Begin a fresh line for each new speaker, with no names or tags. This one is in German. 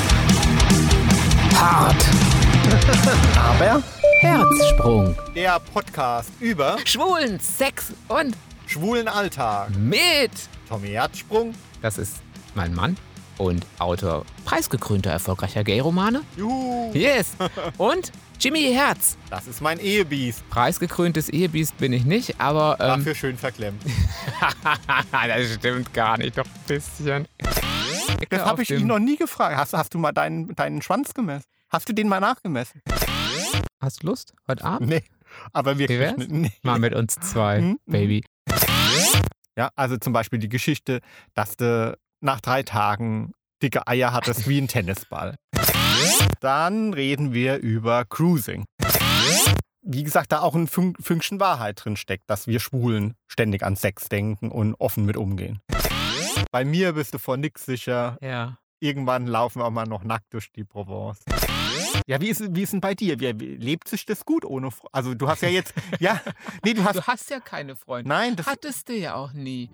Aber
Herzsprung.
der Podcast über
Schwulen, Sex und
schwulen Alltag.
mit.
Tommy Herzsprung.
Das ist mein Mann und Autor preisgekrönter erfolgreicher Gay-Romane.
Juhu.
Yes. Und Jimmy Herz.
Das ist mein Ehebiest.
Preisgekröntes Ehebiest bin ich nicht, aber. Ähm,
Dafür schön verklemmt.
das stimmt gar nicht, doch ein bisschen.
Das habe ich ihn noch nie gefragt. Hast, hast du mal deinen, deinen Schwanz gemessen? Hast du den mal nachgemessen?
Hast du Lust? Heute Abend?
Nee. Aber
Wie
wirklich.
wär's?
nicht. Nee.
Mal mit uns zwei,
Mhm.
Baby.
Ja, also zum Beispiel die Geschichte, dass du nach drei Tagen dicke Eier hattest wie ein Tennisball. Dann reden wir über Cruising. Wie gesagt, da auch ein Fün Fünkchen Wahrheit drin steckt, dass wir Schwulen ständig an Sex denken und offen mit umgehen. Bei mir bist du vor nix sicher.
Ja.
Irgendwann laufen wir mal noch nackt durch die Provence. Ja, wie ist, wie ist denn bei dir? Wie, wie, lebt sich das gut ohne Fre Also du hast ja jetzt, ja, nee, du hast,
Du hast ja keine Freunde.
nein, das,
Hattest du ja auch nie.